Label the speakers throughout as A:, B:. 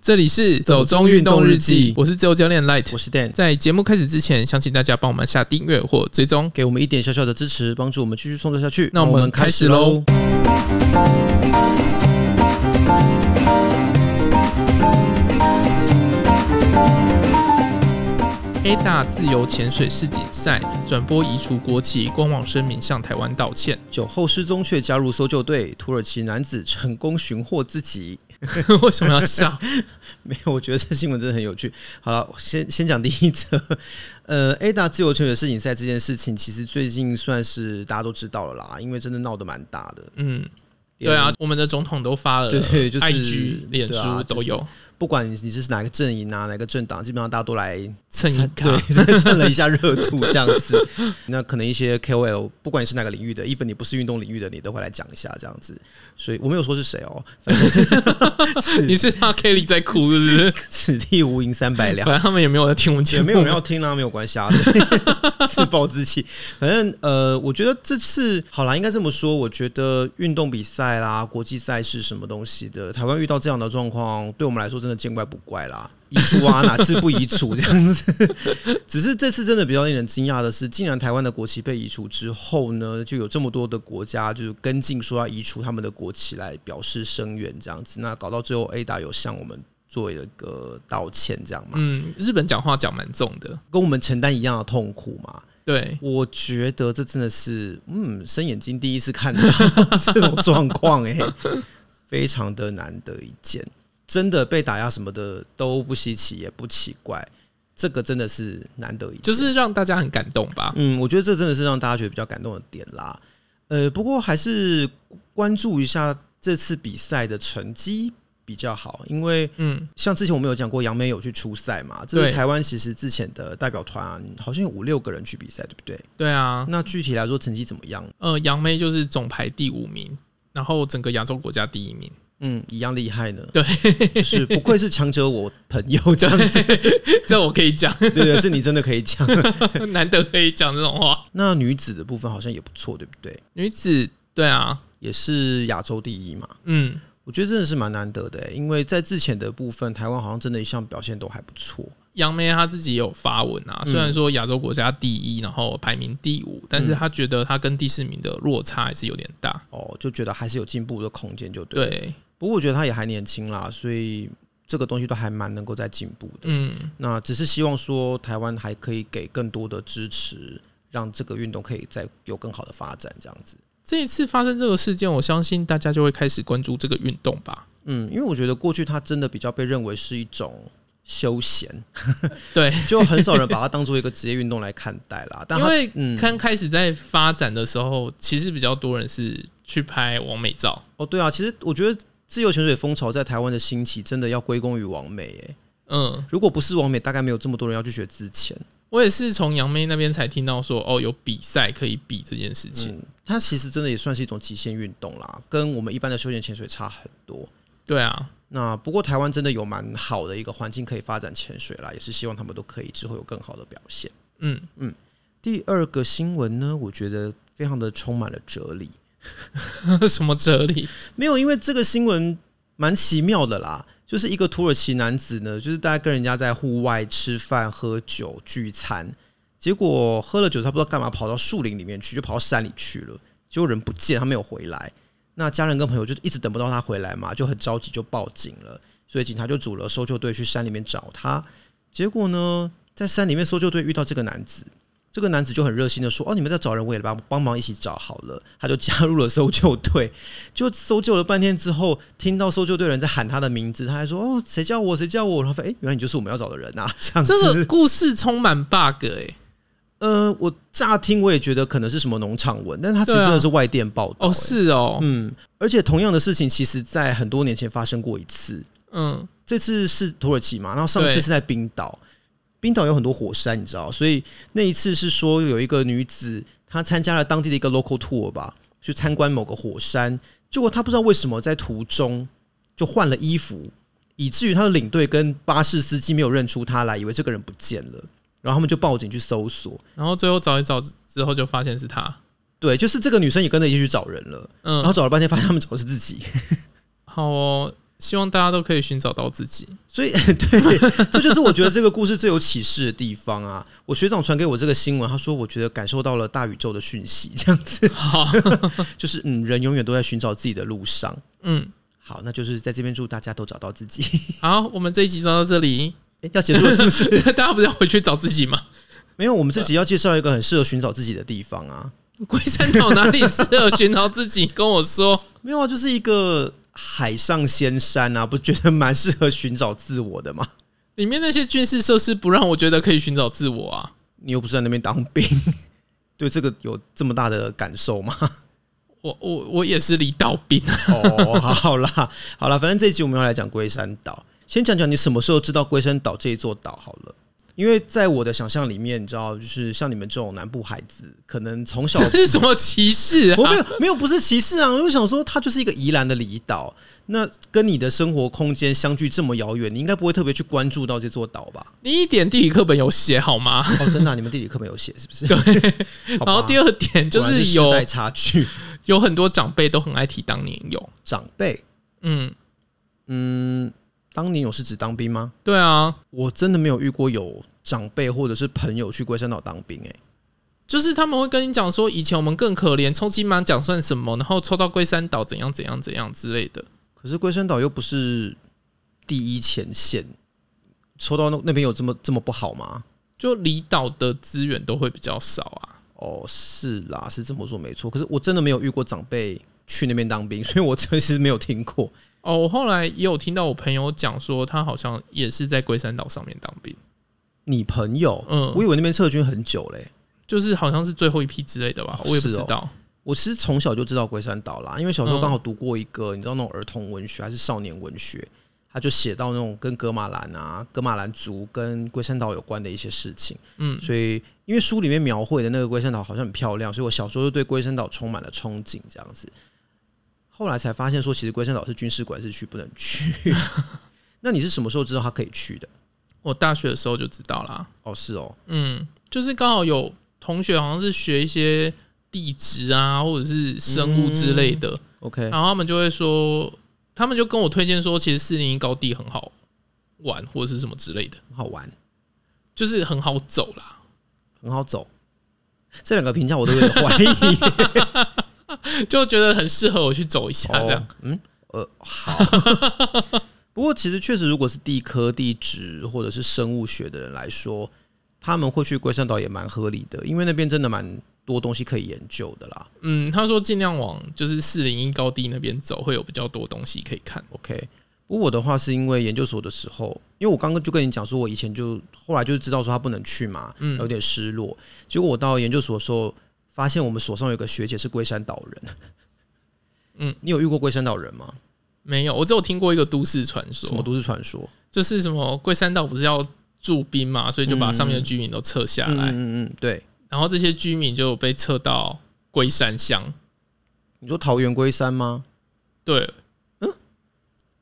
A: 这里是走中运动日记，我是自由教练 Light
B: 我。是 Dan，
A: 在节目开始之前，相信大家帮我们下订阅或追踪。
B: 给我们一点小小的支持，帮助我们继续创作下去。
A: 那我们开始喽。A 大自由潜水世锦赛转播移除国旗，官网声明向台湾道歉。
B: 酒后失踪却加入搜救队，土耳其男子成功寻获自己。
A: 为什么要笑？
B: 没有，我觉得这新闻真的很有趣。好了，先先讲第一则。 呃，ADA 自由潜水世锦赛这件事情，其实最近算是大家都知道了啦，因为真的闹得蛮大的。
A: 嗯，对啊，我们的总统都发了，
B: 对对就是
A: IG、脸
B: 对啊
A: 书
B: 就是
A: 都有、
B: 不管你是哪个阵营啊，哪个政党，基本上大家都来
A: 蹭一咖。
B: 对 蹭了一下热度这样子。 那可能一些 KOL，不管你是哪个领域的，even 你不是运动领域的，你都会来讲一下这样子。所以我没有说是谁哦， 反正
A: 你是怕 Kelly 在哭是不 是？
B: 此地无银三百两。
A: 反正他们也没有在听我们节
B: 也
A: 目，
B: 没有人要听啦、没有关系啊， 自暴自弃。反正呃，我觉得这次好啦，应该这么说，我觉得运动比赛啦、国际赛事什么东西的，台湾遇到这样的状况，对我们来说真的见怪不怪啦。移除啊，哪 次不移除这样子？只是这次真的比较令人惊讶的是，竟然台湾的国旗被移除之后呢，就有这么多的国家就是跟进说要移除他们的国旗来表示声援这样子。那搞到最后，A 大有向我们做一个道歉这样嘛？
A: 嗯，日本讲话讲蛮重的，
B: 跟我们承担一样的痛苦嘛。
A: 对，
B: 我觉得这真的是，嗯，生眼睛第一次看到这种状况，哎， 非常的难得一见。真的被打压什么的都不稀奇，也不奇怪，这个真的是难得一见。
A: 就是让大家很感动吧。
B: 嗯，我觉得这真的是让大家觉得比较感动的点啦。呃，不过还是关注一下这次比赛的成绩比较好，因为
A: 嗯，
B: 像之前我们有讲过，杨梅有去出赛嘛，这
A: 对
B: 是台湾其实之前的代表团好像有五六个人去比赛，对不对？
A: 对啊，
B: 那具体来说成绩怎么样？
A: 呃，杨妹就是总排第五名，然后整个亚洲国家第一名。
B: 嗯，一样厉害呢。
A: 对，
B: 就是不愧是强者我朋友这样子，
A: 这我可以讲，
B: 对对，是你真的可以讲。
A: 难得可以讲这种话。
B: 那女子的部分好像也不错，对不对？
A: 女子，对啊，
B: 也是亚洲第一嘛，
A: 嗯，
B: 我觉得真的是蛮难得的欸，因为在之前的部分，台湾好像真的一向表现都还不错。
A: 杨梅她自己也有发文啊，虽
B: 嗯
A: 然说亚洲国家第一，然后排名第五，但是她觉得她跟第四名的落差还是有点大。
B: 哦，就觉得还是有进步的空间，就对。
A: 对，
B: 不过我觉得她也还年轻啦，所以这个东西都还蛮能够再进步的。
A: 嗯，
B: 那只是希望说台湾还可以给更多的支持，让这个运动可以再有更好的发展，这样子。
A: 这一次发生这个事件，我相信大家就会开始关注这个运动吧。
B: 嗯，因为我觉得过去它真的比较被认为是一种休 闲，
A: 对，
B: 就很少人把它当做一个职业运动来看待啦。但
A: 因
B: 它
A: 为
B: 嗯，
A: 刚开始在发展的时候，其实比较多人是去拍完美照。
B: 哦，对啊，其实我觉得自由潜水风潮在台湾的兴起，真的要归功于王美耶。
A: 嗯，
B: 如果不是王美，大概没有这么多人要去学自潜。
A: 我也是从杨妹那边才听到说，哦，有比赛可以比这件事情。
B: 嗯，它其实真的也算是一种极限运动啦，跟我们一般的休闲潜水差很多。
A: 对啊，
B: 那不过台湾真的有蛮好的一个环境可以发展潜水啦，也是希望他们都可以之后有更好的表现。
A: 嗯，
B: 第二个新闻呢，我觉得非常的充满了哲理。
A: 什么哲 理？
B: 没有，因为这个新闻蛮奇妙的啦，就是一个土耳其男子呢，就是大家跟人家在户外吃饭、喝酒、聚餐，结果喝了酒，他不知道干嘛跑到树林里面去，就跑到山里去了，结果人不见，他没有回来。那家人跟朋友就一直等不到他回来嘛，就很着急，就报警了。所以警察就组了搜救队去山里面找他。结果呢，在山里面搜救队遇到这个男子，这个男子就很热心的说：“哦，你们在找人，我也帮帮忙一起找好了。”他就加入了搜救队。就搜救了半天之后，听到搜救队人在喊他的名字，他还说：“哦，谁叫我？谁叫我？”然后发现，哎、原来你就是我们要找的人啊！这样子，
A: 这个故事充满 bug 哎、
B: 呃，我乍听我也觉得可能是什么农场文，但他其实真的是外电报
A: 哦，
B: 道、欸
A: 是哦，
B: 嗯，而且同样的事情，其实在很多年前发生过一次，
A: 嗯，
B: 这次是土耳其嘛，然后上次
A: 对
B: 是在冰岛，冰岛有很多火山，你知道，所以那一次是说有一个女子她参加了当地的一个 local tour 吧，去参观某个火山，结果她不知道为什么在途中就换了衣服，以至于她的领队跟巴士司机没有认出她来，以为这个人不见了，然后他们就报警去搜索，
A: 然后最后找一找之后就发现是他，
B: 对，就是这个女生也跟着一起去找人了，然
A: 嗯
B: 后，找了半天发现他们找的是自己。
A: 好哦，希望大家都可以寻找到自 己。
B: 所以 对，这就是我觉得这个故事最有启示的地方啊！我学长传给我这个新闻，他说我觉得感受到了大宇宙的讯息，这样子
A: 好，
B: 就是嗯，人永远都在寻找自己的路上。
A: 嗯，
B: 好，那就是在这边祝大家都找到自己。
A: 好，我们这一集就到这里。
B: 诶要结束了是不是？
A: 大家不是要回去找自己吗？
B: 没有，我们这集要介绍一个很适合寻找自己的地方啊。
A: 龟山岛哪里适合寻找自己？跟我说，
B: 没有啊，就是一个海上仙山啊，不觉得蛮适合寻找自我的吗？
A: 里面那些军事设施不让我觉得可以寻找自我啊。
B: 你又不是在那边当兵，对这个有这么大的感受吗？
A: 我我我也是离岛兵，
B: 哦，好啦， 好啦，反正这一集我们要来讲龟山岛。先讲讲你什么时候知道龟山岛这一座岛好了，因为在我的想象里面，你知道，就是像你们这种南部孩子，可能从小
A: 这是什么歧视
B: 我没
A: 啊？
B: 有没有不是歧视啊，我就想说它就是一个宜兰的离岛，那跟你的生活空间相距这么遥远，你应该不会特别去关注到这座岛吧？
A: 第一点地理课本有写好吗？
B: 哦，真的啊、你们地理课本有写是不是？对。
A: 然后第
B: 二
A: 二点就是
B: 时
A: 有
B: 代差距，
A: 有很多长辈都很爱提当年勇。
B: 长辈，
A: 嗯，
B: 嗯，当年有是指当兵吗？
A: 对啊，
B: 我真的没有遇过有长辈或者是朋友去龟山岛当兵、欸，
A: 就是他们会跟你讲说，以前我们更可怜，抽金马奖算什么？然后抽到龟山岛怎样怎样怎样之类的。
B: 可是龟山岛又不是第一前线，抽到那那边有这么这么不好吗？
A: 就离岛的资源都会比较少啊。
B: 哦，是啦，是这么说没错。可是我真的没有遇过长辈去那边当兵，所以我其实没有听过。
A: 哦，我后来也有听到我朋友讲说，他好像也是在龟山岛上面当兵，
B: 你朋友，
A: 嗯
B: 我以为那边撤军很久嘞、
A: 就是好像是最后一批之类的吧，
B: 哦
A: 我也不
B: 是
A: 知
B: 哦
A: 道。
B: 我其实从小就知道龟山岛啦，因为小时候
A: 嗯
B: 刚好读过一个，你知道那种儿童文学还是少年文学，他就写到那种跟格马兰啊、格马兰族跟龟山岛有关的一些事情。
A: 嗯
B: 所以因为书里面描绘的那个龟山岛好像很漂亮，所以我小时候就对龟山岛充满了憧憬，这样子。后来才发现说，其实龟山岛是军事管制区，不能 去。那你是什么时候知道它可以去的？
A: 我大学的时候就知道啦，
B: 哦，是哦，
A: 嗯，就是刚好有同学好像是学一些地质啊，或者是生物之类
B: 嗯
A: 的，
B: OK，
A: 然后他们就会说，他们就跟我推荐说，其实四零一高地很好玩，或者是什么之类的，
B: 很好玩，
A: 就是很好走啦。
B: 很好走。这两个评价我都有点怀疑。
A: 就觉得很适合我去走一下这样。
B: 哦，嗯，呃，好。 不过其实确实，如果是地科、地质或者是生物学的人来说，他们会去龟山岛也蛮合理的，因为那边真的蛮多东西可以研究的啦。
A: 嗯，他说尽量往就是四零一高地那边走，会有比较多东西可以看。
B: OK，不过我的话是因为研究所的时候，因为我刚刚就跟你讲说，我以前就后来就知道说他不能去嘛，
A: 嗯
B: 有点失落。结果我到研究所的时候，发现我们所上有个学姐是龟山岛人。
A: 嗯，
B: 你有遇过龟山岛人吗？
A: 没有，我只有听过一个都市传
B: 什么
A: 说，
B: 都市传说？
A: 就是什么龟山岛不是要驻兵嘛，所以就把上面的居民都撤下
B: 嗯
A: 来，
B: 嗯嗯，对。
A: 然后这些居民就被撤到龟山乡。
B: 你说桃园龟山吗？
A: 对，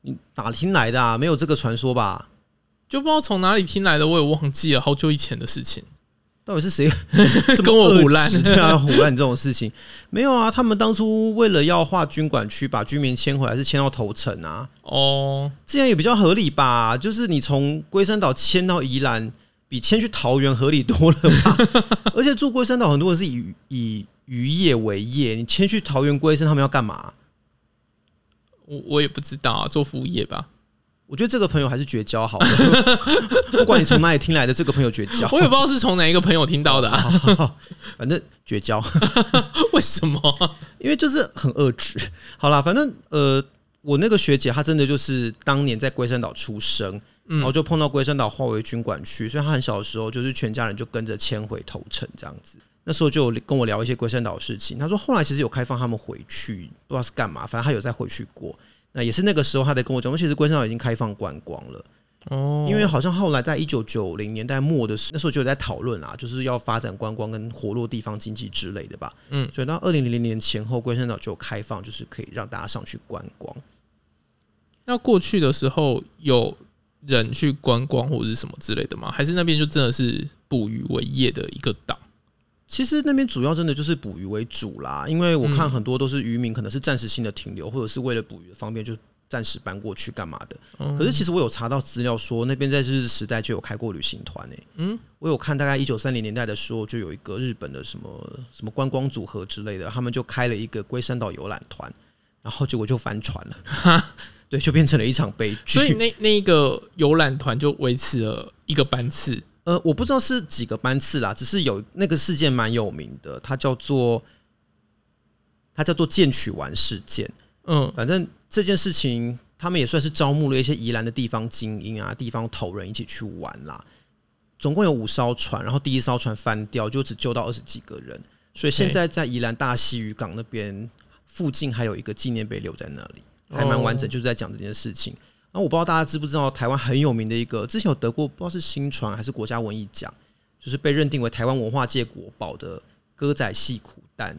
B: 你哪听来的啊？没有这个传说吧？
A: 就不知道从哪里听来的，我也忘记了，好久以前的事情。
B: 到底是 谁 这么
A: 跟我 胡乱
B: 恶质对啊，胡乱这种事情没有啊？他们当初为了要划军管区，把居民迁回来是迁到头城啊，
A: 哦，
B: 这样也比较合理吧？就是你从龟山岛迁到宜兰，比迁去桃园合理多了 吧？而且住龟山岛很多人是以以渔业为业，你迁去桃园龟山，他们要干嘛？
A: 我我也不知道啊，做服务业吧，
B: 我觉得这个朋友还是绝交好了， 不管你从哪里听来的，这个朋友绝交，
A: 我也不知道是从哪一个朋友听到的、啊，
B: 反正绝交。哦
A: 为什么？
B: 因为就是很恶质。好啦，反正呃，我那个学姐她真的就是当年在龟山岛出生，然后就碰到龟山岛划为军管区，所以她很小的时候就是全家人就跟着迁回头城这样子。那时候就有跟我聊一些龟山岛的事情，她说后来其实有开放他们回去，不知道是干嘛，反正她有再回去过。那也是那个时候，她在跟我讲，说其实龟山岛已经开放观光了，
A: 哦，
B: 因为好像后来在一九九零年代末的时候，那时候就有在讨论啊，就是要发展观光跟活络地方经济之类的吧。
A: 嗯
B: 所以到二零零零年前后，龟山岛就有开放，就是可以让大家上去观光。
A: 那过去的时候有人去观光或者是什么之类的吗？还是那边就真的是捕鱼为业的一个岛？
B: 其实那边主要真的就是
A: 嗯
B: 捕鱼为主啦，因为我看很多都是渔民，可能是暂时性的停留，或者是为了捕鱼的方便就暂时搬过去干嘛的。
A: 嗯
B: 可是其实我有查到资料说，那边在日治时代就有开过旅行团诶、
A: 嗯，
B: 我有看大概一九三零年代的时候，就有一个日本的什么什么观光组合之类的，他们就开了一个龟山岛游览团，然后结果就翻船了， 对，就变成了一场悲剧。
A: 所以那那个游览团就维持了一个班次，
B: 呃，我不知道是几个班次啦，只是有那个事件蛮有名的，它叫做它叫做剑取丸事件。
A: 嗯
B: 反正这件事情，他们也算是招募了一些宜兰的地方精英啊、地方头人一起去玩啦。总共有五艘船，然后第一艘船翻掉，就只救到二十几个人。所以现在在宜兰大溪渔港那边附近还有一个纪念碑留在那里，还蛮完整，就是在讲这件事情。然后我不知道大家知不知道，台湾很有名的一个，之前有得过不知道是新传还是国家文艺奖，就是被认定为台湾文化界国宝的歌仔戏苦旦，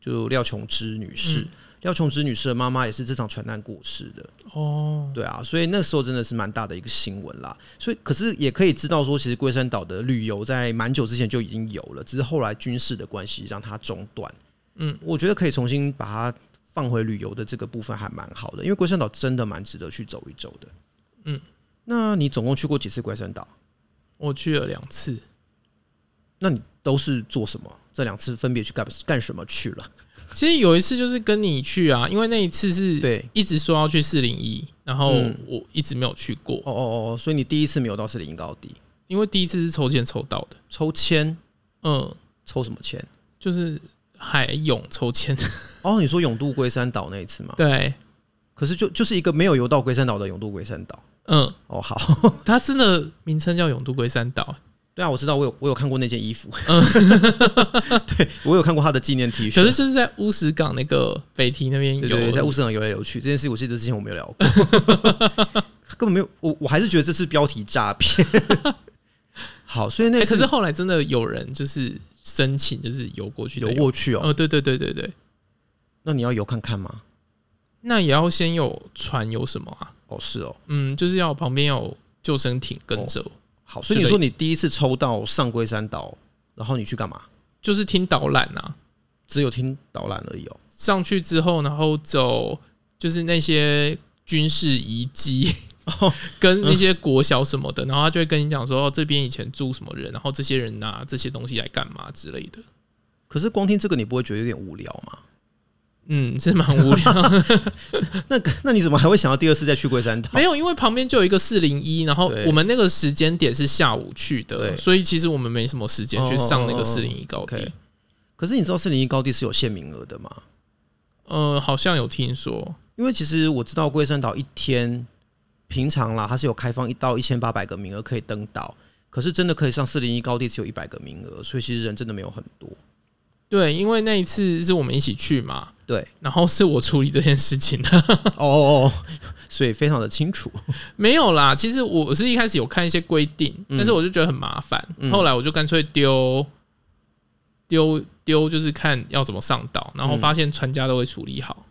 B: 就廖琼枝女士。廖琼枝女士的妈妈也是这场船难过世的，
A: 哦，
B: 对啊，所以那时候真的是蛮大的一个新闻啦。所以，可是也可以知道说，其实龟山岛的旅游在蛮久之前就已经有了，只是后来军事的关系让它中断。
A: 嗯，
B: 我觉得可以重新把它放回旅游的这个部分还蛮好的，因为龟山岛真的蛮值得去走一走的。
A: 嗯，
B: 那你总共去过几次龟山岛？
A: 我去了两次，
B: 那你都是做什么？这两次分别去干干什么去了？
A: 其实有一次就是跟你去啊，因为那一次是
B: 对，
A: 一直说要去四零一，然后
B: 嗯
A: 我一直没有去过，
B: 哦哦哦，所以你第一次没有到士林高地
A: 因为第一次是抽签抽到的，
B: 抽签，
A: 嗯，
B: 抽什么签？
A: 就是海泳抽签，
B: 哦，你说永渡龟山岛那一次吗？
A: 对，
B: 可是就就是一个没有游到龟山岛的永渡龟山岛。
A: 嗯，
B: 哦，好，
A: 它真的名称叫永渡龟山岛，
B: 对啊，我知道，我有我有看过那件衣服， 对我有看过他的纪念 T
A: 嗯可是
B: 恤。
A: 就是在乌石港那个北堤那边有，
B: 对对对，在乌斯港游来游去这件事，我记得之前我们有聊过， 根本没有我，我还是觉得这是标题诈骗。 好，所以那
A: 哎
B: 次
A: 可是后来真的有人就是申请，就是游过去
B: 游
A: 再
B: 过去哦，
A: 哦，对对对对对，
B: 那你要游看看吗？
A: 那也要先有船有什么啊？
B: 哦，是哦，
A: 嗯，就是要旁边要有救生艇跟着，
B: 好，所以你
A: 是的
B: 说你第一次抽到上龟山岛，然后你去干嘛？
A: 就是听导览啊。
B: 只有听导览而已哦。
A: 上去之后，然后走就是那些军事遗迹，
B: 哦
A: 跟那些国小什么的，然后他就会跟你讲说、哦、这边以前住什么人，然后这些人拿这些东西来干嘛之类的。
B: 可是光听这个，你不会觉得有点无聊吗？
A: 嗯，是蛮无聊。
B: 那个那你怎么还会想要第二次再去龟山岛
A: 没？有，因为旁边就有一个四零一，然后
B: 对
A: 我们那个时间点是下午去的，
B: 对哦
A: 所以其实我们没什么时间去上那个四零一高地。
B: OK 可是你知道四零一高地是有限名额的吗？
A: 呃，好像有听说，
B: 因为其实我知道龟山岛一天平常啦，它是有开放一到一千八百个名额可以登岛，可是真的可以上四零一高地只有一百个名额，所以其实人真的没有很多。
A: 对，因为那一次是我们一起去嘛，
B: 对，
A: 然后是我处理这件事情的，
B: 哦哦哦，所以非常的清楚。
A: 没有啦。其实我是一开始有看一些规定，
B: 嗯
A: 但是我就觉得很麻烦，
B: 嗯
A: 后来我就干脆丢丢丢，就是看要怎么上岛，然后
B: 嗯
A: 发现船家都会处理好。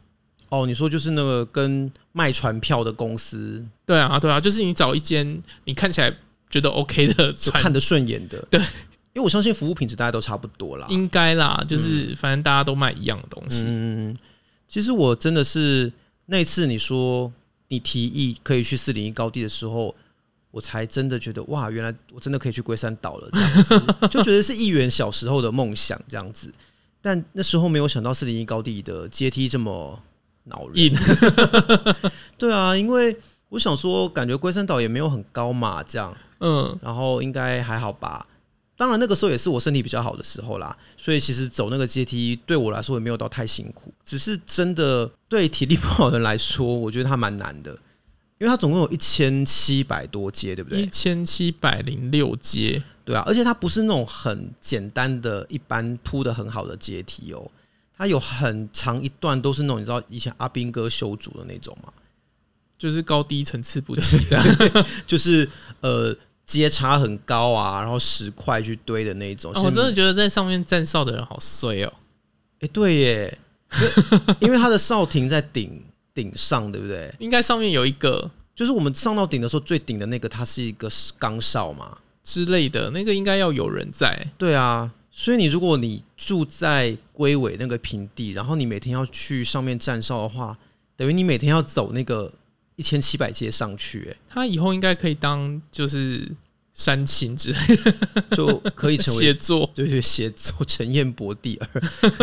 B: 哦，你说就是那个跟卖船票的公司
A: 对啊，对啊，就是你找一间你看起来觉得 OK 的
B: 就
A: 船，
B: 看得顺眼的，
A: 对，
B: 因为我相信服务品质大家都差不多啦。
A: 应该啦，就是反正大家都卖一样的东西。
B: 嗯，其实我真的是那一次你说你提议可以去四零一高地的时候，我才真的觉得哇，原来我真的可以去龟山岛了，这样子就觉得是议员小时候的梦想这样子。但那时候没有想到四零一高地的阶梯这么恼人，
A: 硬
B: 对啊，因为我想说，感觉龟山岛也没有很高嘛，这样。
A: 嗯，
B: 然后应该还好吧。当然，那个时候也是我身体比较好的时候啦，所以其实走那个阶梯对我来说也没有到太辛苦，只是真的对体力不好的人来说，我觉得它蛮难的，因为它总共有一千七百多阶，对不
A: 一
B: 对？
A: 千七百零六阶，
B: 对啊，而且它不是那种很简单的、一般铺的很好的阶梯哦，它有很长一段都是那种你知道以前阿兵哥修筑的那种嘛，
A: 就是高低层次不 齐这样。
B: 就是呃阶差很高啊，然后石块去堆的那种。
A: 哦
B: 是
A: 我真
B: 你
A: 的觉得在上面站哨的人好衰哦。
B: 哎、对耶，因为因为它的哨亭在顶 顶上，对不对？
A: 应该上面有一个
B: 就是我们上到顶的时候，最顶的那个它是一个钢哨嘛。
A: 之类的，那个应该要有人在。
B: 对啊，所以你如果你住在龟尾那个平地，然后你每天要去上面站哨的话，等于你每天要走那个一千七百街上去、
A: 他以后应该可以当就是煽情之类
B: 哎，就可以
A: 的
B: 成
A: 写
B: 为
A: 作。
B: 就是写作陈彦博第 二。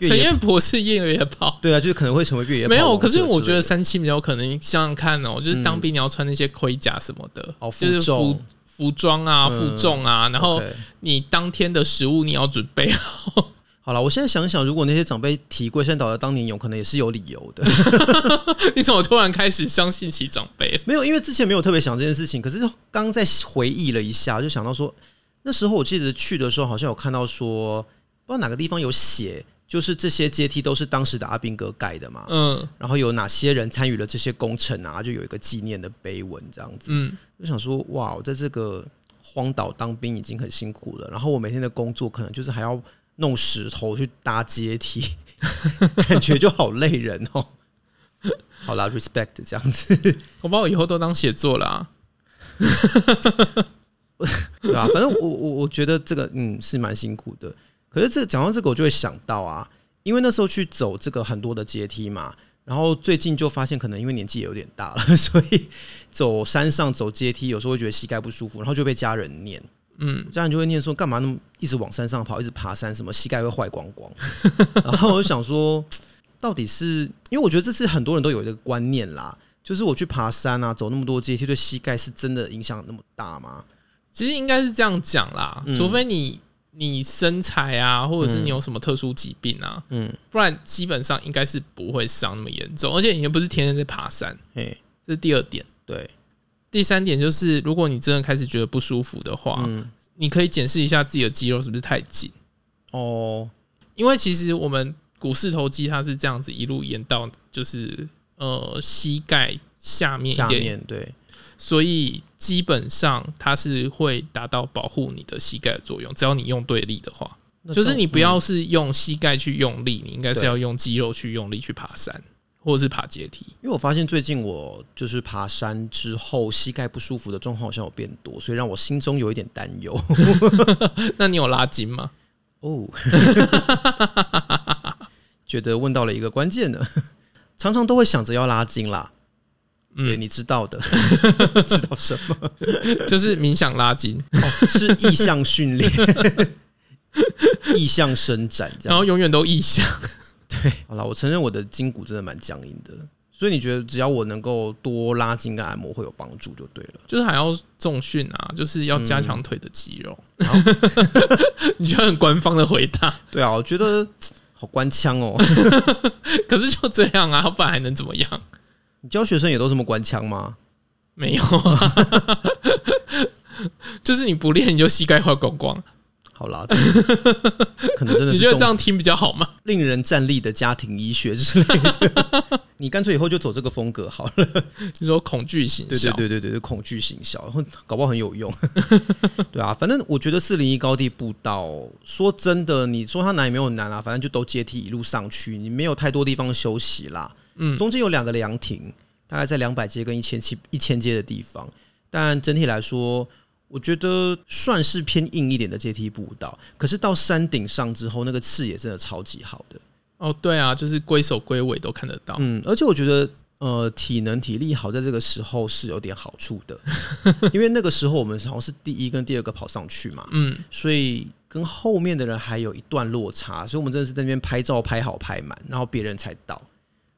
B: 越
A: 陈
B: 野
A: 彦博士越野跑。
B: 对啊，就是可能会成为越野跑
A: 没有，
B: 王
A: 可是
B: 者
A: 我
B: 之
A: 觉
B: 类
A: 得
B: 的嗯
A: 三七比较可能，想想看哦，就是当兵你要穿那些盔甲什么的，
B: 哦
A: 就是
B: 负重
A: 服服装啊、
B: 嗯
A: 负重啊，然后
B: OK
A: 你当天的食物你要准备啊好。
B: 好了，我现在想想，如果那些长辈提龟山岛的当年勇，可能也是有理由的。
A: 你怎么突然开始相信起长辈？
B: 没有，因为之前没有特别想这件事情，可是刚在回忆了一下，就想到说，那时候我记得去的时候，好像有看到说，不知道哪个地方有写，就是这些阶梯都是当时的阿兵哥盖的嘛，
A: 嗯
B: 然后有哪些人参与了这些工程啊，就有一个纪念的碑文这样子。
A: 嗯，
B: 就想说，哇，我在这个荒岛当兵已经很辛苦了，然后我每天的工作可能就是还要弄石头去搭阶梯， 感觉就好累人哦。 好啦，respect 这样子，
A: 我把我以后都当写作啊啦。
B: 对吧、反正我我我觉得这个嗯是蛮辛苦的。可是这个讲到这个，我就会想到啊，因为那时候去走这个很多的阶梯嘛，然后最近就发现可能因为年纪也有点大了， 所以走山上走阶梯有时候会觉得膝盖不舒服，然后就被家人念。
A: 嗯，
B: 家人就会念说，干嘛那么一直往山上跑，一直爬山，什么膝盖会坏光光。然后我就想说，到底是因为我觉得这是很多人都有一个观念啦，就是我去爬山啊，走那么多阶梯，对膝盖是真的影响那么大吗？
A: 其实应该是这样讲啦，
B: 嗯
A: 除非你你身材啊，或者是你有什么特殊疾病啊，
B: 嗯，
A: 不然基本上应该是不会伤那么严重。而且你又不是天天在爬山，
B: 哎，
A: 这是第二点。
B: 对，
A: 第三点就是，如果你真的开始觉得不舒服的话，
B: 嗯，
A: 你可以检视一下自己的肌肉是不是太紧，
B: 哦，
A: 因为其实我们股四头肌它是这样子一路延到就是呃膝盖下面一
B: 下
A: 点，
B: 面对，
A: 所以基本上它是会达到保护你的膝盖的作用，只要你用对力的话。
B: 那嗯
A: 就是
B: 这样
A: 你不要是用膝盖去用力，你应该是
B: 对
A: 要用肌肉去用力去爬山或者是爬阶梯。
B: 因为我发现最近我就是爬山之后膝盖不舒服的状况好像有变多，所以让我心中有一点担忧。
A: 那你有拉筋吗？
B: 哦，觉得问到了一个关键呢，常常都会想着要拉筋啦。对，
A: 嗯，
B: 你 知道的，知道什么？
A: 就是冥想拉筋，
B: 哦、是意向训练，意向伸展这
A: 然
B: 样。
A: 后永远都异想。
B: 好了，我承认我的筋骨真的蛮僵硬的，所以你觉得只要我能够多拉筋跟按摩会有帮助就对了。
A: 就是还要重训啊，就是要加强腿的肌肉。
B: 嗯
A: 你觉得很官方的回答，
B: 对啊，我觉得好官腔哦。
A: 可是就这样啊，不然还能怎么样？
B: 你教学生也都这么官腔吗？
A: 没有啊， 就是你不练你就膝盖坏光光，
B: 好啦，真的可能真的
A: 你
B: 是
A: 觉得
B: 中
A: 这样听比较好吗？
B: 令人站立的家庭医学之类的。 你干脆以后就走这个风格好了。
A: 你说恐惧型
B: 对对
A: 笑，
B: 对对对，对恐惧行销，然后搞不好很有用。对啊，反正我觉得四零一高地步道，说真的，你说它难也没有难啊，反正就都阶梯一路上去，你没有太多地方休息啦。
A: 嗯
B: 中间有两个凉亭，大概在两百阶跟一千七一千阶的地方，但整体来说。我觉得算是偏硬一点的阶梯步道，可是到山顶上之后，那个视野真的超级好的。
A: 哦，对啊，就是龟首龟尾都看得到。
B: 嗯，而且我觉得，呃，体能体力好，在这个时候是有点好处的， 因为那个时候我们好像是第一跟第二个跑上去嘛，
A: 嗯，
B: 所以跟后面的人还有一段落差，所以我们真的是在那边拍照拍好拍满，然后别人才到，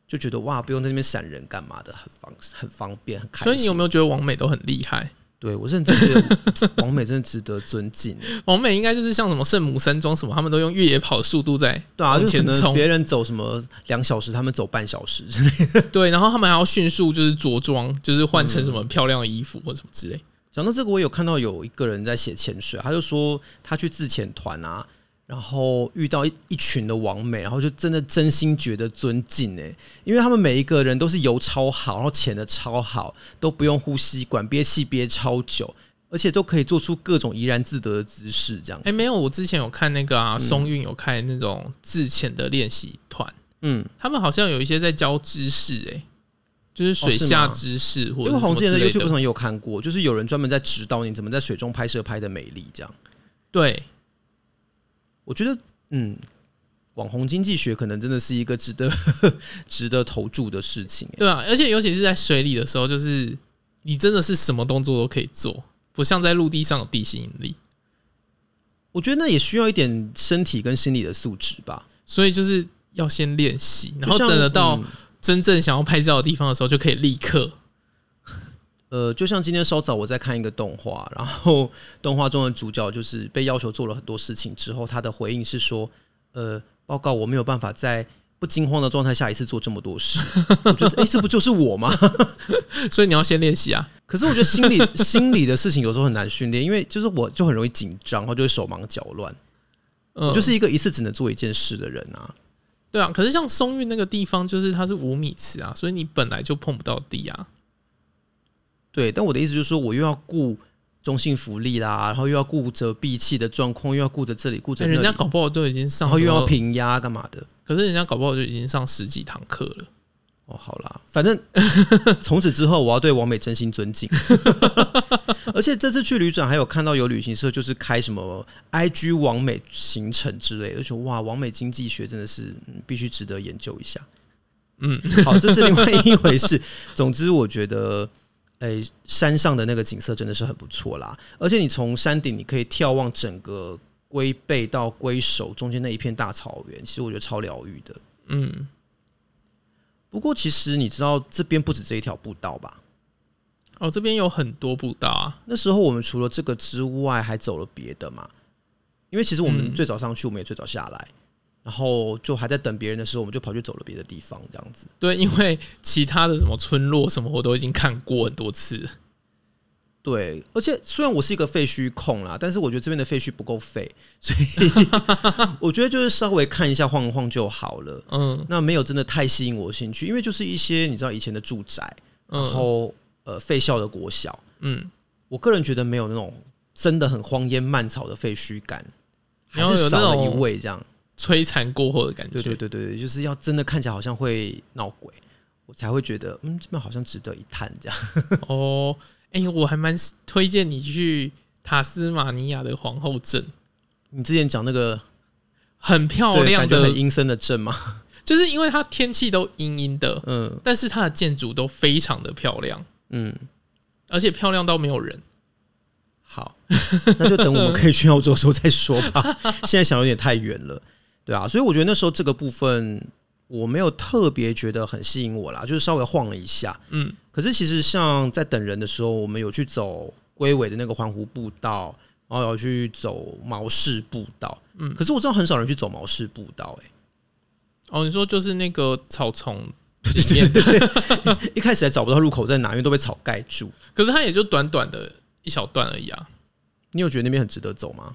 B: 就觉得哇，不用在那边闪人干嘛的，很方很方便，很开心。
A: 所以你有没有觉得王美都很厉害？
B: 对我认真觉得王美真的值得尊敬，
A: 王美应该就是像什么圣母山庄什么，他们都用越野跑的速度在
B: 对啊，
A: 往
B: 就可
A: 前
B: 能
A: 冲，
B: 别人走什么两小时，他们走半小时之类的。
A: 对，然后他们还要迅速就是着装，就是换成什么漂亮的衣服或什么之类。
B: 讲到这个，我有看到有一个人在写潜水，他就说他去自潜团啊，然后遇到一一群的网美，然后就真的真心觉得尊敬哎、因为他们每一个人都是游超好，然后潜的超好，都不用呼吸管，憋气憋超久，而且都可以做出各种怡然自得的姿势，这样
A: 哎、。没有，我之前有看那个啊，松韵有开那种自潜的练习团，
B: 嗯，
A: 他们好像有一些在教知识、欸，就是水
B: 哦是
A: 下
B: 吗
A: 知识或者
B: 因为
A: 是
B: 我
A: 什
B: 好
A: 么
B: 像之前在
A: 之类
B: YouTube
A: 的。
B: 上也有看过，就是有人专门在指导你怎么在水中拍摄拍的美丽，这样。
A: 对，
B: 我觉得，嗯，网红经济学可能真的是一个值得 值得投注的事情、欸。
A: 对啊，而且尤其是在水里的时候，就是你真的是什么动作都可以做，不像在陆地上有地心引力。
B: 我觉得那也需要一点身体跟心理的素质吧。
A: 所以就是要先练习，然后
B: 就
A: 等
B: 像
A: 得到
B: 嗯
A: 真正想要拍照的地方的时候，就可以立刻。
B: 呃，就像今天稍早我在看一个动画，然后动画中的主角就是被要求做了很多事情之后，他的回应是说：“呃，报告我没有办法在不惊慌的状态下一次做这么多事。” 我觉得，哎、这不就是我吗？
A: 所以你要先练习啊。
B: 可是我觉 得心理心理的事情有时候很难训练，因为就是我就很容易紧张，然后就会手忙脚乱。
A: 嗯，
B: 我就是一个一次只能做一件事的人啊。
A: 对啊。可是像松韵那个地方，就是它是五米池啊，所以你本来就碰不到地啊。
B: 对，但我的意思就是说，我又要顾中性福利啦，然后又要顾着闭气的状况，又要顾着这里，顾着
A: 哎
B: 那里，
A: 人家搞不好都已经上
B: 然后又
A: 多
B: 要
A: 少，
B: 平压干嘛的。
A: 可是人家搞不好就已经上十几堂课了。
B: 哦，好啦，反正从此之后，我要对王美真心尊敬。而且这次去旅展，还有看到有旅行社就是开什么 IG 王美行程之类的，就说哇，王美经济学真的是、嗯必须值得研究一下。
A: 嗯，
B: 好，这是另外一回事。 总之，我觉得，诶、山上的那个景色真的是很不错啦。而且你从山顶，你可以眺望整个龟背到龟首中间那一片大草原，其实我觉得超疗愈的。
A: 嗯，
B: 不过，其实你知道这边不止这一条步道吧？
A: 哦，这边有很多步道啊。
B: 那时候我们除了这个之外，还走了别的嘛。因为其实我们
A: 嗯
B: 最早上去，我们也最早下来，然后就还在等别人的时候，我们就跑去走了别的地方，这样子。
A: 对，因为其他的什么村落什么，我都已经看过很多次了。
B: 对，而且虽然我是一个废墟控啦，但是我觉得这边的废墟不够废， 所以我觉得就是稍微看一下晃一晃就好了。
A: 嗯
B: 那没有真的太吸引我兴趣，因为就是一些你知道以前的住宅，然
A: 嗯
B: 后呃废校的国小，
A: 嗯，
B: 我个人觉得没有那种真的很荒烟蔓草的废墟感，还
A: 然后有
B: 是
A: 那
B: 少了一
A: 种
B: 味这样。
A: 摧残过后的感觉。
B: 对对对对对，就是要真的看起来好像会闹鬼，我才会觉得嗯，这边好像值得一探这样。
A: 哦，哎、我还蛮推荐你去塔斯马尼亚的皇后镇，你
B: 你之前讲那个
A: 很漂
B: 对
A: 亮
B: 感觉
A: 的
B: 很，阴森的镇嘛，
A: 就是因为它天气都阴阴的，
B: 嗯
A: 但是它的建筑都非常的漂亮，
B: 嗯，
A: 而且漂亮到没有人。
B: 好， 那就等我们可以去澳洲的时候再说吧。现在想有点太远了，对啊，所以我觉得那时候这个部分我没有特别觉得很吸引我啦，就是稍微晃了一下，
A: 嗯
B: 可是其实像在等人的时候，我们有去走龟尾的那个环湖步道，然后有去走毛氏步道。嗯，可是我知道很少人去走毛氏步道、欸，
A: 哦，你说就是那个草丛里面的，
B: 一开始还找不到入口在哪，因为都被草盖住。
A: 可是它也就短短的一小段而已啊。
B: 你有觉得那边很值得走吗？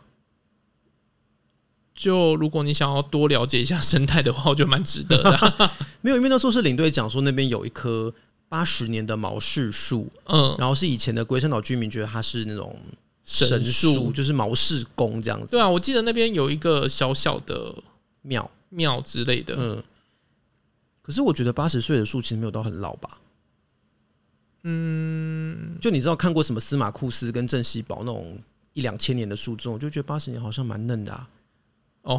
A: 就如果你想要多了解一下生态的话，我觉得蛮值得的 啊、
B: 没有，因为那时候是领队讲说那边有一棵八十年的毛氏树，
A: 嗯，
B: 然后是以前的龟山岛居民觉得它是那种
A: 神
B: 树，
A: 树。
B: 就是毛氏宫这样子
A: 对啊，我记得那边有一个小小的
B: 庙。
A: 庙之类的。
B: 嗯，可是我觉得八十岁的树其实没有到很老吧。
A: 嗯，
B: 就你知道看过什么司马库斯跟郑西宝那种一两千年的树种，我就觉得八十年好像蛮嫩的啊。
A: 哦，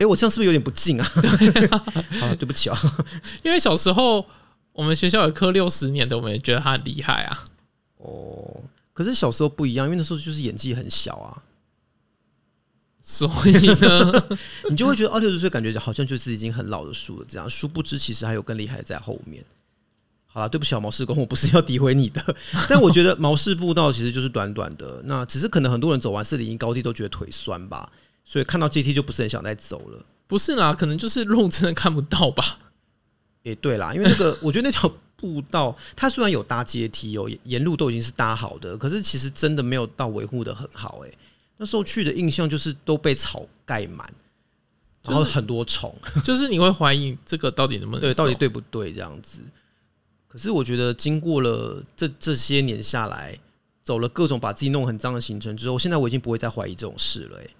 B: 哎、我这样是不是有点不 敬啊？好了，对不起啊。
A: 因为小时候我们学校有科六十年的，我们也觉得他很厉害啊。
B: 哦，可是小时候不一样，因为那时候就是演技很小啊，
A: 所以 呢，
B: 你就会觉得二哦六十岁感觉好像就是已经很老的树了，这样。殊不知其实还有更厉害的在后面。好了，对不起啊，毛氏公，我不是要诋毁 你的，但我觉得毛氏步道其实就是短短的，那只是可能很多人走完四零一高地都觉得腿酸吧，所以看到阶梯就不是很想再走了。
A: 不是啦，可能就是路真的看不到吧。
B: 也对啦，因为 那个我觉得那条步道，它虽然有搭阶梯哦，沿沿路都已经是搭好的，可是其实真的没有到维护的很好、欸。那时候去的印象就是都被草盖满，
A: 就是
B: 然后很多虫，
A: 就是你会怀疑这个到底能不能
B: 对，到底
A: 走
B: 对不对这样子。可是我觉得经过了这这些年下来，走了各种把自己弄很脏的行程之后，现在我已经不会再怀疑这种事了、欸。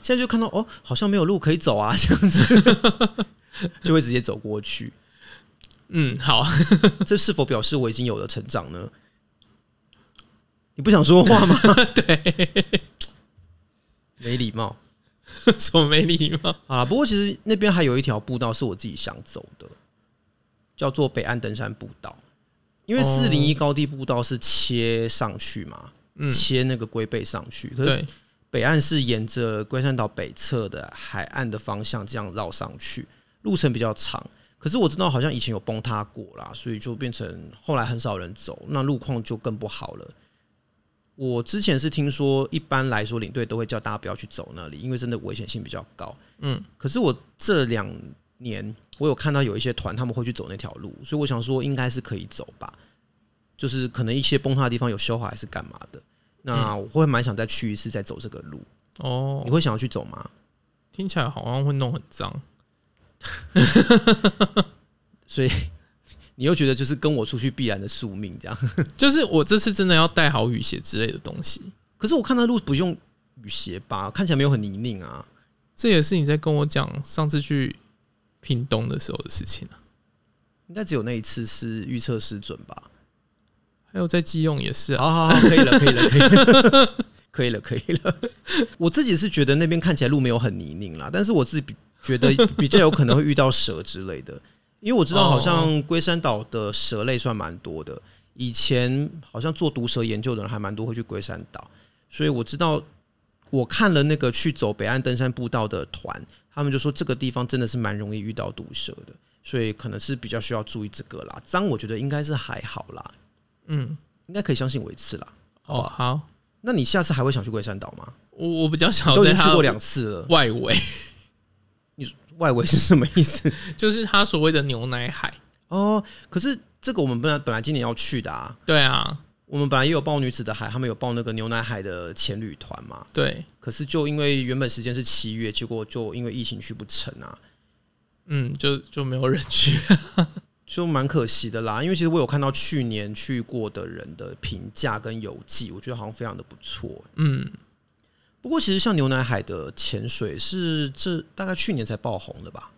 B: 现在就看到哦，好像没有路可以走啊，这样子就会直接走过去。
A: 嗯好，
B: 这是否表示我已经有了成长呢？你不想说话吗？
A: 对，
B: 没礼貌。
A: 什么没礼貌？
B: 好啦，不过其实那边还有一条步道是我自己想走的，叫做北岸登山步道。因为
A: 哦
B: 四零一高地步道是切上去嘛，
A: 嗯，
B: 切那个龟背上去，可是
A: 对，
B: 北岸是沿着龟山岛北侧的海岸的方向这样绕上去，路程比较长。可是我知道好像以前有崩塌过啦，所以就变成后来很少人走，那路况就更不好了。我之前是听说，一般来说领队都会叫大家不要去走那里，因为真的危险性比较高。
A: 嗯，
B: 可是我这两年我有看到有一些团他们会去走那条路，所以我想说应该是可以走吧，就是可能一些崩塌的地方有修好还是干嘛的。那我会蛮想再去一次，再走这个路。
A: 哦
B: 你，会想要去走吗？
A: 听起来好像会弄很脏。
B: 所以 你又觉得就是跟我出去必然的宿命这样。
A: 就是我这次真的要带好雨鞋之类的东西，
B: 可是我看那路不用雨鞋吧，看起来没有很泥泞啊。
A: 这也是你在跟我讲上次去屏东的时候的事情啊。
B: 应该只有那一次是预测失准吧？
A: 还有在基用也是啊，
B: 好好好，可以了，可以了，可以了， 可以了，可以了。我自己是觉得那边看起来路没有很泥泞啦，但是我自己比觉得比较有可能会遇到蛇之类的，因为我知道好像龟山岛的蛇类算蛮多的，以前好像做毒蛇研究的人还蛮多会去龟山岛，所以我知道我看了那个去走北岸登山步道的团，他们就说这个地方真的是蛮容易遇到毒蛇的。所以可能是比较需要注意这个啦，脏我觉得应该是还好啦，
A: 嗯，
B: 应该可以相信我一次啦。
A: 哦，好，
B: 那你下次还会想去龟山岛吗？
A: 我我比较想要
B: 都已
A: 在
B: 经去
A: 它
B: 过两次了，
A: 外围，
B: 外围是什么意思？
A: 就是它所谓的牛奶海。
B: 哦，可是这个我们本来本来今年要去的啊，
A: 对啊，
B: 我们本来也有报女子的海，他们有报那个牛奶海的前旅团嘛。
A: 对，
B: 可是就因为原本时间是七月，结果就因为疫情去不成啊，
A: 嗯，就就没有人去。
B: 就蛮可惜的啦。因为其实我有看到去年去过的人的评价跟游记，我觉得好像非常的不错。
A: 嗯，
B: 不过其实像牛奶海的潜水是这大概去年才爆红的吧。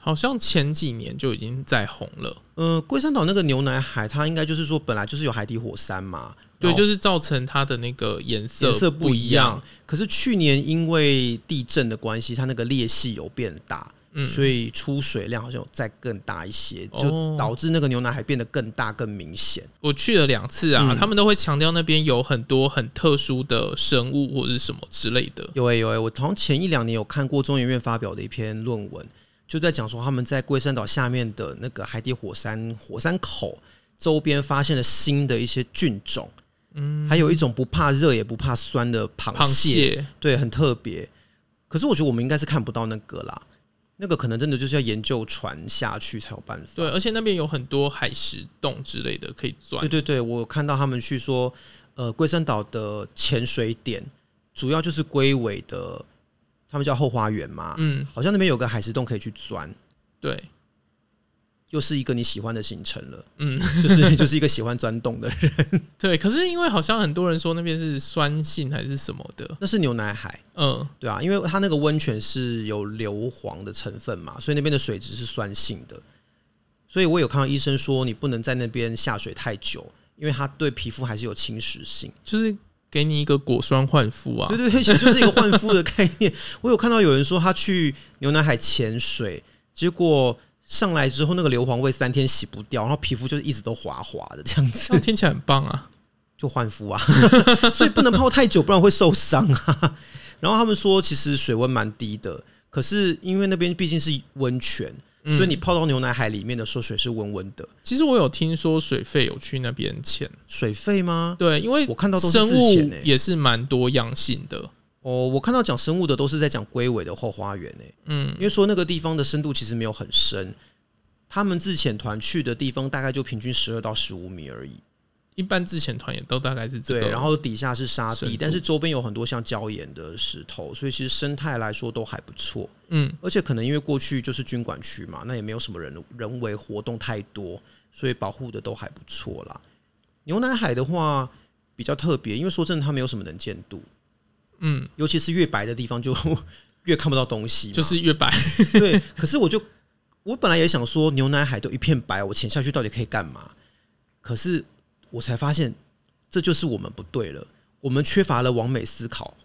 A: 好像前几年就已经在红了。
B: 呃，龟山岛那个牛奶海，它应该就是说本来就是有海底火山嘛，
A: 对，
B: 然后
A: 就是造成它的那个颜色
B: 哦颜色
A: 不
B: 不一样
A: 样。。
B: 可是去年因为地震的关系，它那个裂隙有变大，
A: 嗯，
B: 所以出水量好像有再更大一些，
A: 哦
B: 就导致那个牛奶海变得更大、更明显。
A: 我去了两次啊，
B: 嗯
A: 他们都会强调那边有很多很特殊的生物或者是什么之类的。
B: 有诶、欸有诶、我好像前一两年有看过中研院发表的一篇论文，就在讲说他们在龟山岛下面的那个海底火山火山口周边发现了新的一些菌种。嗯，还有一种不怕热也不怕酸的
A: 螃蟹，
B: 对，很特别。可是我觉得我们应该是看不到那个啦，那个可能真的就是要研究传下去才有办法。
A: 对，而且那边有很多海石洞之类的可以钻
B: 对。对对，我有看到他们去说，呃，龟山岛的潜水点主要就是龟尾的，他们叫后花园嘛，
A: 嗯，
B: 好像那边有个海石洞可以去钻，
A: 对，
B: 又是一个你喜欢的行程了，
A: 嗯，
B: 就是 就是一个喜欢钻洞的人，
A: 对。可是因为好像很多人说那边是酸性还是什么的，
B: 那是牛奶海，
A: 嗯，
B: 对啊，因为它那个温泉是有硫磺的成分嘛，所以那边的水质是酸性的。所以我有看到医生说，你不能在那边下水太久，因为它对皮肤还是有侵蚀性。
A: 就是给你一个果酸焕肤啊
B: 对。对对，其实就是一个换肤的概念。 我有看到有人说他去牛奶海潜水，结果上来之后那个硫磺味三天洗不掉，然后皮肤就是一直都滑滑的这样
A: 这样
B: 子，
A: 听起来很棒啊！
B: 就换肤啊。 所以不能泡太久，不然会受伤啊。 然后他们说，其实水温蛮低的，可是因为那边毕竟是温泉，
A: 嗯
B: 所以你泡到牛奶海里面的时候，水是温温的。
A: 其实我有听说水费有去那边潜，
B: 水费吗？
A: 对，因为
B: 我看到都是
A: 生
B: 自潜
A: 物
B: 欸
A: 也是蛮多样性的，
B: 哦，我看到讲生物的都是在讲龟尾的后花园诶、
A: 嗯
B: 因为说那个地方的深度其实没有很深，他们自潜团去的地方大概就平均十二到十五米而已。
A: 一般自潜团也都大概是这
B: 对，
A: 个，
B: 然后底下是沙
A: 深
B: 地
A: 度，
B: 但是周边有很多像礁岩的石头，所以其实生态来说都还不错。
A: 嗯，
B: 而且可能因为过去就是军管区嘛，那也没有什么人人为活动太多，所以保护的都还不错啦。牛奶海的话比较特别，因为说真的，它没有什么能见度，
A: 嗯，
B: 尤其是越白的地方就 越看不到东西嘛，
A: 就是越白，
B: 对。可是我就我本来也想说，牛奶海都一片白，我潜下去到底可以干嘛？可是我才发现，这就是我们不对了，我们缺乏了完美思考。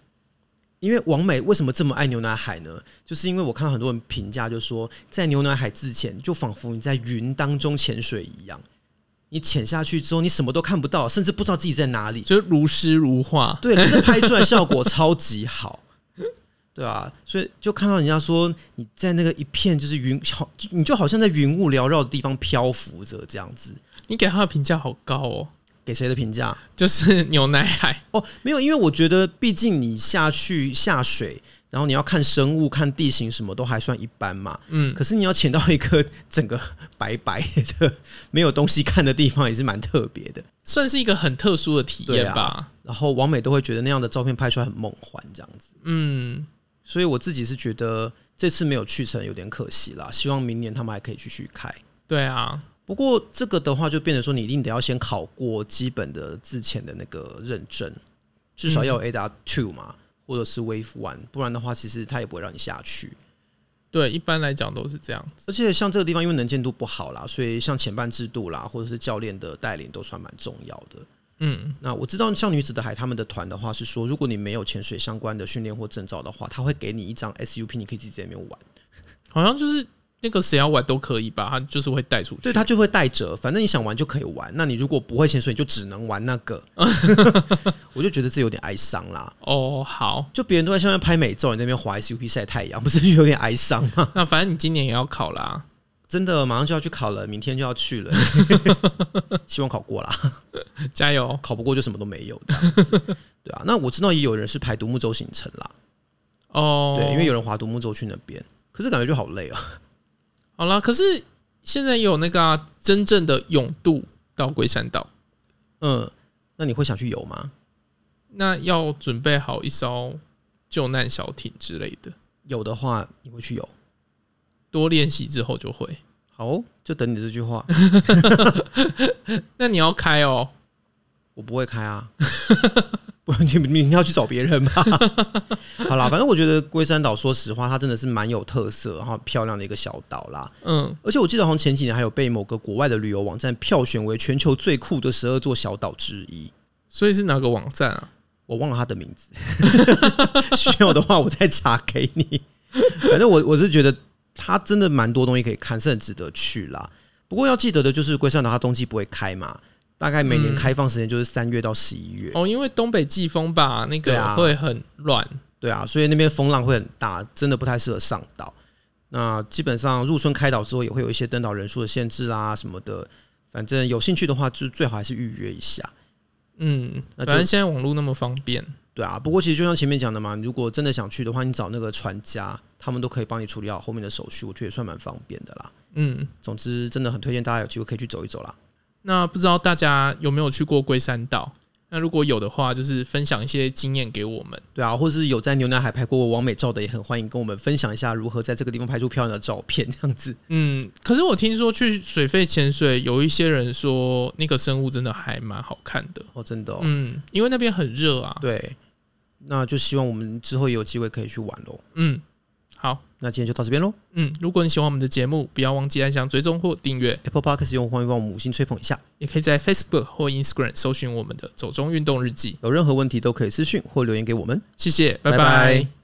B: 因为王美为什么这么爱牛奶海呢？就是因为我看到很多人评价，就说在牛奶海之前，就仿佛你在云当中潜水一样，你潜下去之后，你什么都看不到，甚至不知道自己在哪里。
A: 就是如诗如画。
B: 对，可是拍出来效果超级好，对啊，所以就看到人家说你在那个一片就是云，好，你就好像在云雾缭绕的地方漂浮着这样子。
A: 你给他的评价好高哦，
B: 给谁的评价？
A: 就是牛奶海，
B: 哦，没有，因为我觉得毕竟你下去下水，然后你要看生物、看地形，什么都还算一般嘛。
A: 嗯，
B: 可是你要潜到一个 整个白白的、没有东西看的地方，也是蛮特别的。
A: 算是一个很特殊的体
B: 对
A: 验
B: 啊
A: 吧。
B: 然后王美都会觉得那样的照片拍出来很梦幻，这样子。
A: 嗯，
B: 所以我自己是觉得这次没有去成有点可惜啦，希望明年他们还可以继续开。
A: 对啊，
B: 不过这个的话，就变成说你一定得要先考过基本的自潜的那个认证，至少要有 ADA Two 嘛，或者是 Wave One，不然的话，其实他也不会让你下去。
A: 对，一般来讲都是这样子。
B: 而且像这个地方，因为能见度不好啦，所以像前半制度啦，或者是教练的带领都算蛮重要的。
A: 嗯，
B: 那我知道像女子的海他们的团的话是说，如果你没有潜水相关的训练或证照的话，他会给你一张 SUP，你可以自己在那边玩。
A: 好像就是那个谁要玩都可以吧，他就是会带出去。
B: 对，他就会带着，反正你想玩就可以玩。那你如果不会潜水，你就只能玩那个。我就觉得这有点哀伤啦。
A: 哦，好，
B: 就别人都在下面拍美照，你在那边滑 SUP 晒太阳，不是有点哀伤吗？
A: 那反正你今年也要考啦。
B: 真的，马上就要去考了，明天就要去了， 希望考过啦。
A: 加油！
B: 考不过就什么都没有这样子。对啊，那我知道也有人是排独木舟行程啦，
A: 哦，
B: 对，因为有人划独木舟去那边，可是感觉就好累啊。
A: 好啦，可是现在也有那个、啊、真正的永渡到龟山岛，
B: 嗯，那你会想去游吗？
A: 那要准备好一艘救难小艇之类的，
B: 有的话，你会去游。
A: 多练习之后就会。
B: 好哦、就等你这句话。
A: 那你要开哦，
B: 我不会开啊， 不，你你要去找别人吧。 好啦，反正我觉得龟山岛，说实话，它真的是蛮有特色，然后漂亮的一个小岛啦。
A: 嗯，
B: 而且我记得好像前几年还有被某个国外的旅游网站票选为全球最酷的十二座小岛之一，
A: 所以是哪个网站啊？
B: 我忘了它的名字。 需要的话，我再查给你。反正我我是觉得它真的蛮多东西可以看，是很值得去啦。不过要记得的就是龟山岛它冬季不会开嘛，大概每年
A: 嗯
B: 开放时间就是三月到十一月。
A: 哦，因为东北季风吧，那
B: 对
A: 个
B: 啊
A: 会很乱。
B: 对啊，所以那边风浪会很大，真的不太适合上岛。那基本上入春开岛之后，也会有一些登岛人数的限制啦什么的。反正有兴趣的话，就最好还是预约一下。
A: 嗯，
B: 那
A: 反
B: 就
A: 正现在网络那么方便，
B: 对啊，不过其实就像前面讲的嘛，你如果真的想去的话，你找那个船家，他们都可以帮你处理好后面的手续，我觉得也算蛮方便的啦。
A: 嗯，
B: 总之，真的很推荐大家有机会可以去走一走啦。
A: 那不知道大家有没有去过龟山岛？那如果有的话，就是分享一些经验给我们。
B: 对啊，或是有在牛奶海拍过完美照的，也很欢迎跟我们分享一下如何在这个地方拍出漂亮的照片，这样子。
A: 嗯，可是我听说去水肺潜水，有一些人说那个生物真的还蛮好看的。
B: 哦，真的、哦，
A: 嗯，因为那边很热啊。
B: 对，那就希望我们之后也有机会可以去玩喽。
A: 嗯，好，
B: 那今天就到这边喽。
A: 嗯，如果你喜欢我们的节目，不要忘记按下追踪或订阅，
B: Apple Podcast 用户欢迎帮我们五星吹捧一下，
A: 也可以在 Facebook 或 Instagram 搜寻我们的“走中运动日记
B: 有任何问题都可以私讯或留言给我们。”。
A: 谢谢，拜
B: 拜拜
A: 拜